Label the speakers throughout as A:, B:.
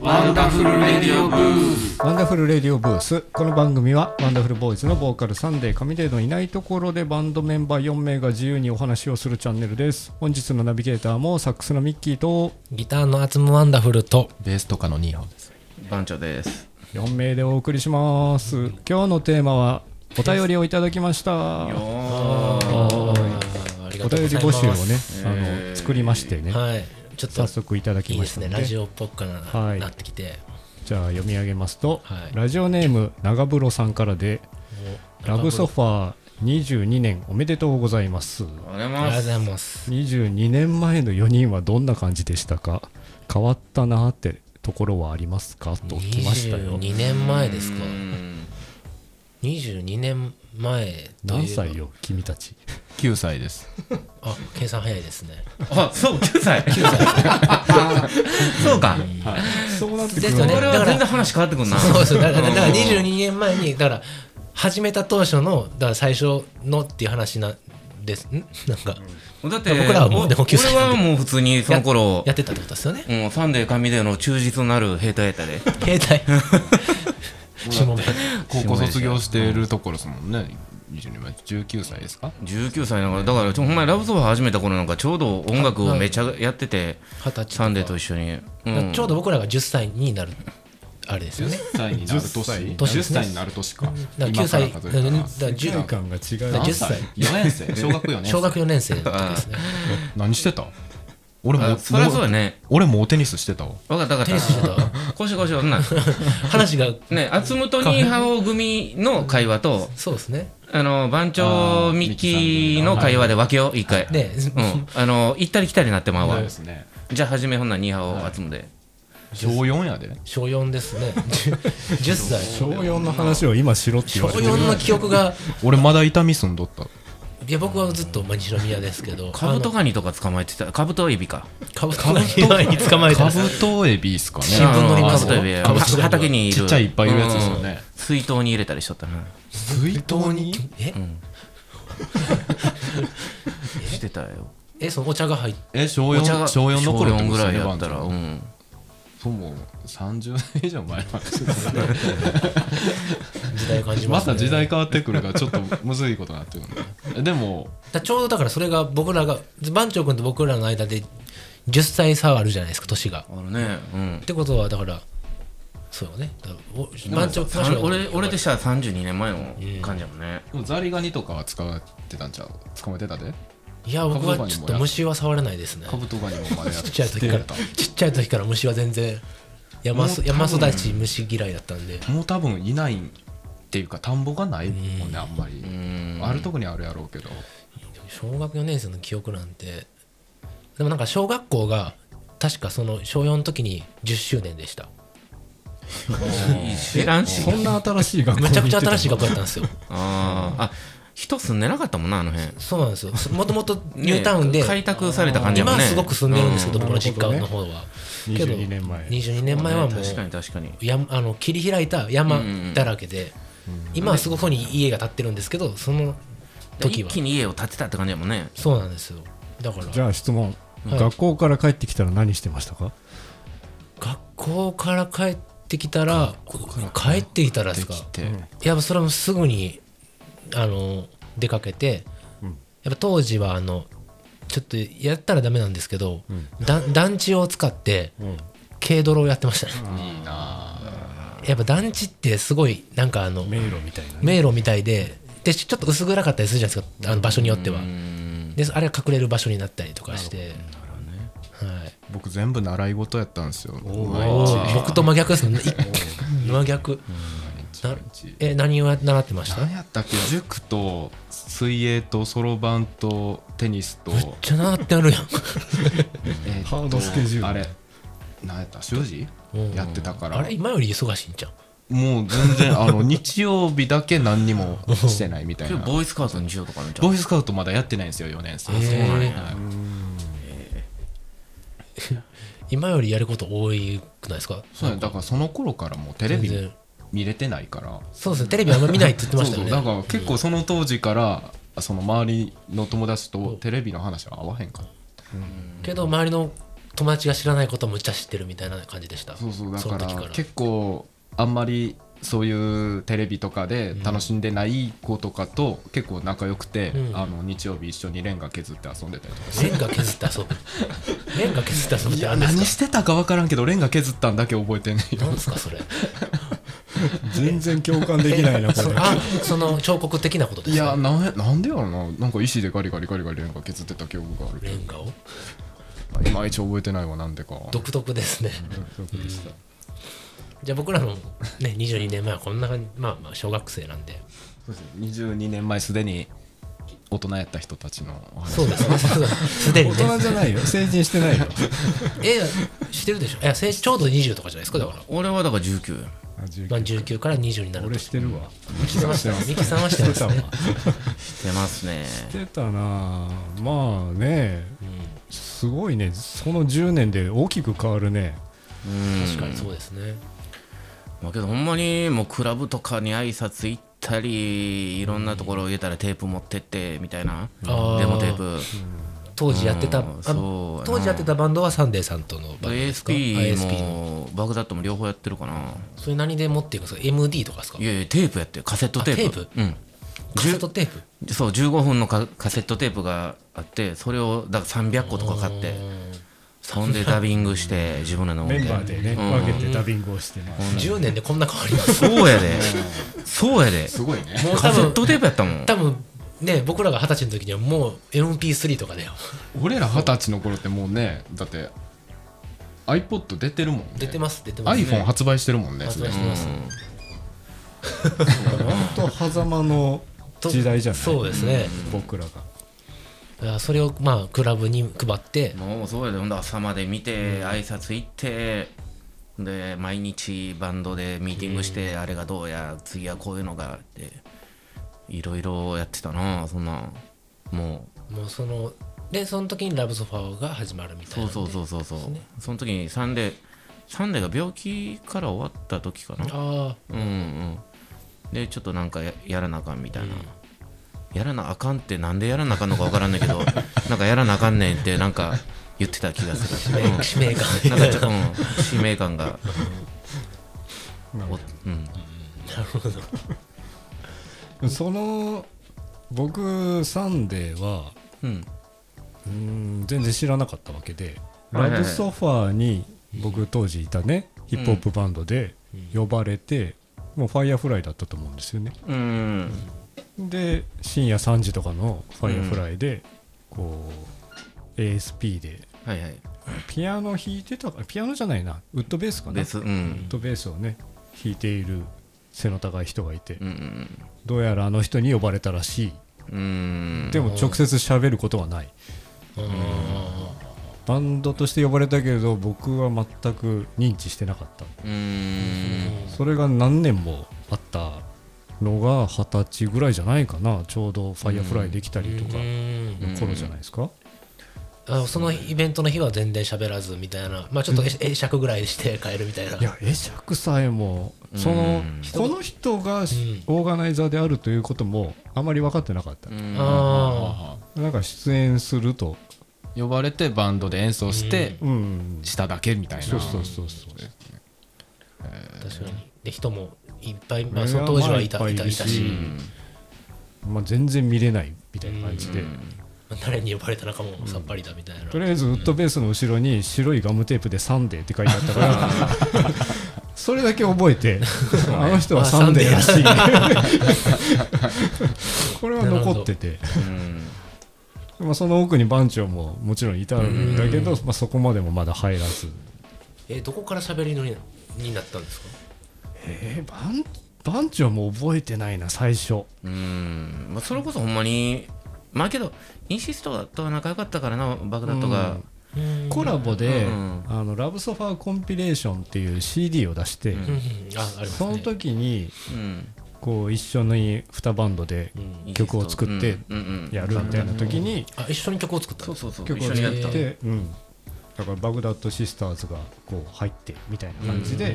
A: ワンダフルレディオブース
B: ワンダフルレディオブースこの番組はワンダフルボーイズのボーカルサンデー神デーのいないところでバンドメンバー4名が自由にお話をするチャンネルです本日のナビゲーターもサックスのミッキーと
C: ギターのアツムワンダフルと
D: ベースとかの2本です。
A: 番長です
B: 4名でお送りします今日のテーマはお便りをいただきましたお
C: あり
B: 便り募集をね、あ
A: えー
B: の作りましてね、
C: はいちょっと
B: 早速いただ
C: い
B: き
C: い
B: ま
C: で
B: し
C: す
B: たの
C: ね
B: で
C: ラジオっぽくな,、
B: はい
C: なってきて
B: じゃあ読み上げますと、
C: はい
B: ラジオネーム長風呂さんからでラブソ
C: フ
B: ファー22年おめでとうございます
A: おはようご
C: ありがと
A: ざいま
C: う
A: す
C: ございます
B: 22年前の4人はどんな感じでしたか変わったなーってところはありますかと来ましたよ
C: 22年前ですか
A: うん
C: 22年前という
B: 何歳よ君たち
D: 9歳です。
C: あ計算早いですね
A: あそう9歳そうか
B: そうなって
C: くるとね
A: これは全然話変わってくんな
C: そうそうだからだから
A: うん
C: 22年前にだから始めた当初のだから最初のっていう話なですんなんか
A: だって
C: 僕らはもう
A: お
C: でも9歳
A: 俺はもう普通にその頃
C: やってたってことですよね
A: うんサンデー神デーの忠実なる兵隊やったで
C: 携 帯下村
D: 高校卒業してるところですもんね。22前19歳ですか
A: 19歳だからだからちょほんまにラブソファー始めた頃なんかちょうど音楽をめっちゃやってて
C: 二十歳
A: サンデーと一緒にう
C: だから
A: ん
C: ちょうど僕らが10歳になるあれですよね
D: 歳になる年
C: 年で
D: 10
C: すね
D: 歳になる年か。
C: だから9歳
D: 今
C: だ
D: か
C: からら
D: 数え
C: だ
D: たら
C: から
B: 距離
C: 10
B: 感が違う
C: だから
D: 何
C: 10歳
D: 歳 ?4 年 生小学4年生
C: 小学4年生の時ですね
D: 何してた俺も
A: あそりゃそうやね
D: 俺もテニスしてたわ。
A: 分かった分
C: テ
A: か
C: ニ
A: っ
C: スして
A: た
C: た
A: 腰腰そんなん
C: 話が
A: ね、アツムとニーハオ組の会話と、
C: そうですね
A: あの、番長ミッキーの会話で分けよう、一回。
C: ね
A: うん。あの、行ったり来たりなってまうわ
D: そうで。すね。
A: じゃあ、はじめほんならニーハオアツムで。
D: 小4やで。
C: 小4ですね 10, 10歳
B: 小4の話を今しろって言
C: 小
B: われてる
C: 4の記憶が
D: 俺まだ痛み住んどった。
C: いや僕はずっとまあ西宮ですけど
A: カブト
C: あ
A: ガニとか捕まえてた。カブトエビか。
C: のカブトガニに捕まえて
D: カ
C: ま
D: ブ
C: す
D: トエビっすかね。
C: 新聞載ります
A: あのカブトエビ。
C: カブトエビ
A: 畑にいる。
D: ちっちゃいいっぱいいるやつですよね
A: うんうん水筒に入れたりしとったな。
D: 水筒に
C: え
A: してたよ。
C: えそのお茶が入って
D: え、小
A: お茶が
D: 4小四の頃
A: 小
D: って
A: 四
D: こ
A: ぐ
D: と
A: ら
D: で
A: い
D: す
A: やっ
D: よね
A: たら、
D: 番
A: う
D: 長
A: ん。
D: そうもう30年以上前まで
C: 時代を感じま
D: ます
C: ね
D: た時代変わってくるからちょっとむずいことになってくる ねでも
C: だちょうどだからそれが僕らが番長君と僕らの間で10歳差あるじゃないですか年が
A: あのね、うん
C: っ。てことはだからそうよねだからお番長
A: さん俺、俺でしたら32年前の感じやもんね。
D: でもザリガニとかは使ってたんちゃう捕まえてたで
C: いや僕はちょっと虫は触れないですね
D: カブトガニもまだや
C: ち
D: って
C: っちゃい時からちっちゃい時から虫は全然山そ山育ち虫嫌いだったんで
D: もう多分いないっていうか田んぼがないもんねあんまり
A: うん。
D: あるとこにあるやろうけど
C: 小学4年生の記憶なんてでもなんか小学校が確かその小4の時に10周年でした
A: 知らんし。
B: そんな新しい学校
C: め
B: に
C: ち
B: 行っ
C: ゃく
B: て
C: ちゃ
B: たの
C: 新しい学校だったん ですよ
A: あーあ人住んでなかったもんなあの辺
C: そうなんですよもともとニ
A: ね
C: ュータウンで、
A: 開拓された感じや
C: 今
A: もん
C: は
A: ね
C: すごく住んでるんですけど、
B: うん
C: 僕の実家の方は、けど
B: 22年前
C: 22年前はもう
A: 確かに確かに
C: やあの切り開いた山だらけで、今はそこに家が建ってるんですけどその時
A: 一
C: は
A: 気に家を建てたって感じやもんね
C: そうなんですよだから
B: じゃあ質問、
C: はい
B: 学校から帰ってきたら何してましたか
C: 学校から帰ってきたら帰ってきたらですか
D: できて
C: いやそれはもうすぐにあの出かけて、やっぱ当時はあのちょっとやったらダメなんですけど、だ団地を使って軽泥をやってましたね、
D: いいなあ
C: やっぱ団地ってすごいなんかあの
B: 迷路みたいなね
C: 迷路みたいででちょっと薄暗かったりするじゃないですかあの場所によってはであれが隠れる場所になったりとかしてはい
D: 僕全部習い事やったんですよ
C: 僕と真逆ですねい真逆なえ何をや習ってました
D: 何
C: めっ
D: やったっけ塾と水泳とそろばんとテニスと
C: ちゃ習ってあるやん
D: えっと
B: ハードスケジュール
D: あれ何やった習字
C: うん
D: やってたから
C: あれ今より忙しいんちゃう
D: もう全然あ の日曜日だけ何にもしてないみたい
A: けど
D: な
A: ボーイスカートにしようとかねちゃ
D: ボー
A: う
D: イスカウトまだやってないんですよ4年生
C: あそうなんや
D: はい
C: 今よりやること多いくないですか
D: そうやだからその頃からもうテレ
C: 全
D: ビ
C: 然
D: 見れてないから
C: そうですねテレビあんま見ないって言ってま
D: そう
C: した
D: そ
C: よね
D: うだから結構その当時からその周りの友達とテレビの話は合わへんかった
C: けど周りの友達が知らないことをむっちゃ知ってるみたいな感じでした
D: そうそうだ
C: その
D: か
C: 時
D: ら
C: から
D: 結構あんまりそういうテレビとかで楽しんでない子とかと結構仲良くて、
C: うん
D: あの日曜日一緒にレンガ削って遊んでたりとか
C: レンガ削って遊ぶレンガ削って遊ぶっ
D: い
C: て
D: や
C: あるんですか
D: 何してたか分からんけどレンガ削ったんだけ覚えてんねんよ
C: なんですかそれ
B: 全然共感できない なこれ
C: あ その彫刻的なことで
D: い
C: す
D: や
C: か
D: ななんでやろななんか石でガリガリガリガリレンガ削ってた記憶があ
C: レ
D: る
C: ンガを
D: いまいち覚えてないわなんでか
C: 独特ですねじゃあ僕らの、ね、22年前はこんな感じまあまあ小学生なんで
D: そうですね22年前すでに大人やった人たちの お話
C: そうですねすで
B: 大
C: にね
B: 人じゃない よ成人してないよ
C: えいやしてるでしょいやせちょうど20とかじゃないですかだから、
A: 俺はだから19や
B: あ19
C: まあ、19から20になる
B: 俺
C: と
B: してるわ
C: ミキさんはしてますミキさんはしてますね
A: してますね
B: してたなあまあねすごいねその10年で大きく変わるね
A: うん
C: 確かにそうですね
A: まあけどほんまにもうクラブとかに挨拶行ったりいろんなところ入れたらテープ持ってってみたいなデ
C: あー
A: モテープ
C: 当時やってた、
A: うん
C: あ
A: そうやな
C: 当時やってたバンドはサンデーさんとのバンドですか
A: ASP
C: ASP の
A: もバグダッドも両方やってるかな
C: それ何で持っていくんですか MD とかですか
A: いやいやテープやってるカセットテープ
C: あテープ
A: うん
C: カセットテープ
A: じゅそう15分のカカセットテープがあってそれをだから300個とか買ってそんでダビングして自分らの音
B: メン
A: 源
B: バーでね
A: うん
B: 分けてダビングをしてね
C: 10年でこんな変わります
A: そうやでそうやです
D: ごいね
C: もう多
A: カセッ
C: 分
A: トテープやった もん
C: 多分ね僕らが二十歳の時にはもう MP3 とかだよ
D: 俺ら二十歳の頃ってもうねだって iPod 出てるもんね
C: 出てます出てます、ね、
D: iPhone 発売してるもんね
C: 発売して
A: うん
C: ます、
B: と狭間の
C: と
B: 時代じゃない
C: そうですね、
B: 僕らが
C: だからそれをまあクラブに配って
A: もうそうやでほんで朝まで見て挨拶行ってで毎日バンドでミーティングしてあれがどうや次はこういうのがっていろいろやってたなそんなんもう
C: もうそのでその時にラブソファーが始まるみたい
A: そ
C: な
A: うそうそうそうそう
C: ね
A: その時にサンデーサンデーが病気から終わった時かな
C: あ
A: うんうんでちょっとなんかややらなあかんみたいな、やらなあかんってなんでやらなあかんのかわからんねん けどなんかやらなあかんねんってなんか言ってた気が する、
C: あ使命感
A: うんなんかちょっと、うん使命感が、
B: なんか
A: おうん、
B: その僕サンデーは
A: うん、
B: うーん全然知らなかったわけで、
A: はいはい
B: ラブソファーに僕当時いたね、ヒップホップバンドで呼ばれて、もうファイヤーフライだったと思うんですよね
A: うん、
B: で深夜3時とかのファイヤーフライで、こう ASP で
A: はいはい、
B: ピアノ弾いてたかピアノじゃないなウッドベースかな
A: で
B: ウ
A: す、
B: ッ
A: うん、
B: ドベースをね弾いている背の高い人がいて、
A: うん、うん
B: どうやらあの人に呼ばれたらしい、
A: うん、
B: でも直接喋ることはない
C: あ うん
B: バンドとして呼ばれたけれど僕は全く認知してなかった
A: うん、
B: それが何年もあったのが二十歳ぐらいじゃないかなちょうど「ファイヤーフライできたりとか
C: うん
B: の頃じゃないですか、
C: あそのイベントの日は全然喋らずみたいな、まあ、ちょっとえ会釈ぐらいして帰るみたいない
B: や会釈さえもその、
A: うん
B: この人がオ
C: ん
B: ーガナイザーであるということもあまり分かってなかった、
A: うん
C: あ
B: なんか出演すると
D: 呼ばれてバンドで演奏して
B: うん
D: しただけみたいな
B: そうそうそうそう
C: あ確かにで人もいっぱい、まあ、その当時はいた
B: いっぱい
C: い
B: い
C: た
B: る
C: い
B: した
C: し、
B: まあ、全然見れないみたいな感じで、
C: まあ誰に呼ばれたのかもさっぱりだみたいな、
B: とりあえずウッドベースの後ろに白いガムテープで「サンデー」って書いてあったから それだけ覚えてあの人は「サンデー」らしいこれは残ってて、
A: うん
B: まあ、その奥に番長ももちろんいたんだけど、まあ、そこまでもまだ入らず
C: えどこから喋りのにになったんですか
B: えー、番番長も覚えてないな最初
A: うん、まあ、それこそほんまにまあけどインシストとは仲良かったからなバグダッドが、
B: コラボで、
A: うん
B: あのラブソファーコンピレーションっていう CD を出して、
A: ん
C: うんうんああります
B: そ
C: ね
B: の時に
A: うん、
B: こう一緒に2バンドで
C: うん
B: 曲を作って
A: うんうんうん
B: やるみたいな時に
C: あ一緒に曲を作った
A: そ
C: ん
A: う
C: です
A: そうそう
B: 曲
A: 一
B: を
A: 緒
B: 作
A: にや
B: っ、
A: ってた
B: うん、だからバグダッドシスターズがこう入ってみたいな感じで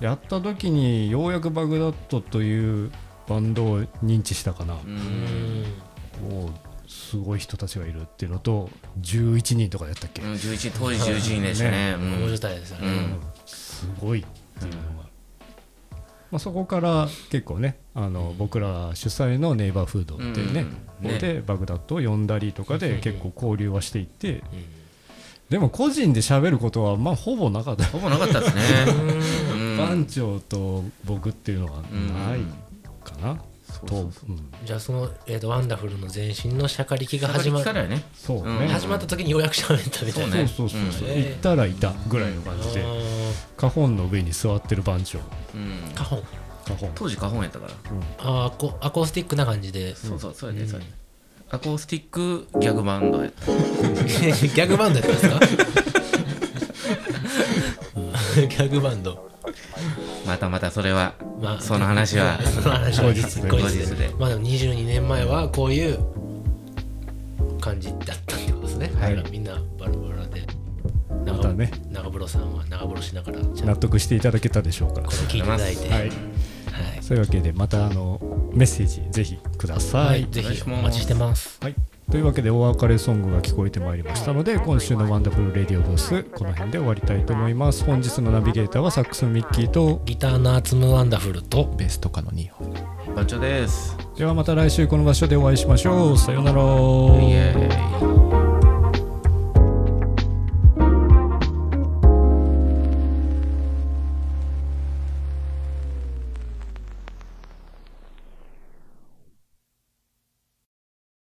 B: やった時にようやくバグダッドというバンドを認知したかな、
A: う
C: うんん
B: おうすごい人たちがいるっていうのと11人とかやったっけ、
A: うん、11当時11人でしたね。う
C: 面白
A: ん
C: かったですよ
A: う
C: ね、
A: ん
B: すごいっていうのが、まあ、そこから結構ねあの僕ら主催のネイバーフードっていうね,、
A: うんね
B: でバグダッドを呼んだりとかで結構交流はしていって
C: うん
B: でも個人で喋ることはまあほぼなかった、
A: ほぼなかったですね。うん
B: 番長と僕っていうのはないかな、
A: そう
B: と
A: そううん
C: じゃあその、えーと「ワンダフル」の前身のシャカリキが始ま
A: っからやね。
B: そう
A: うん
B: ね、
C: 始まった時にようやく喋ったみたいな
A: そうね
B: そうそうそうそう、
C: うん
B: 行ったらいたぐらいの感じで花本の上に座ってる番長
A: うん
C: カホン
B: 花本
A: 当時花本やったから。
C: あーアコアコースティックな感じで
A: そうそうそうやねそうやね。アコースティックギャグバンドやっ た。
C: ギャグバンドやったんですか ギャグバンド
A: またまたそれは
C: まあ
A: その話は
C: その話は
B: 後日で
C: 後
A: 後日
C: 日
A: で
C: でまあでも22年前はこういう感じだったってことですね、
B: はい
C: だからみんなバラバラで
B: またね
C: 長風呂さんは長風呂しながらちゃん
B: 納得していただけたでしょうか
C: と聞いていただいて
B: はい
C: はい
B: そういうわけでまたあのメッセージぜひください、
C: はい、ぜひお待ちしてます。
B: はい、というわけでお別れソングが聞こえてまいりましたので今週の「ワンダフル・レディオブース」この辺で終わりたいと思います本日のナビゲーターはサックスのミッキーと
C: ギターのアツムワンダフルと
D: ベースとかの2本
A: バチョです。
B: ではまた来週この場所でお会いしましょうさようなら
A: イエーイ。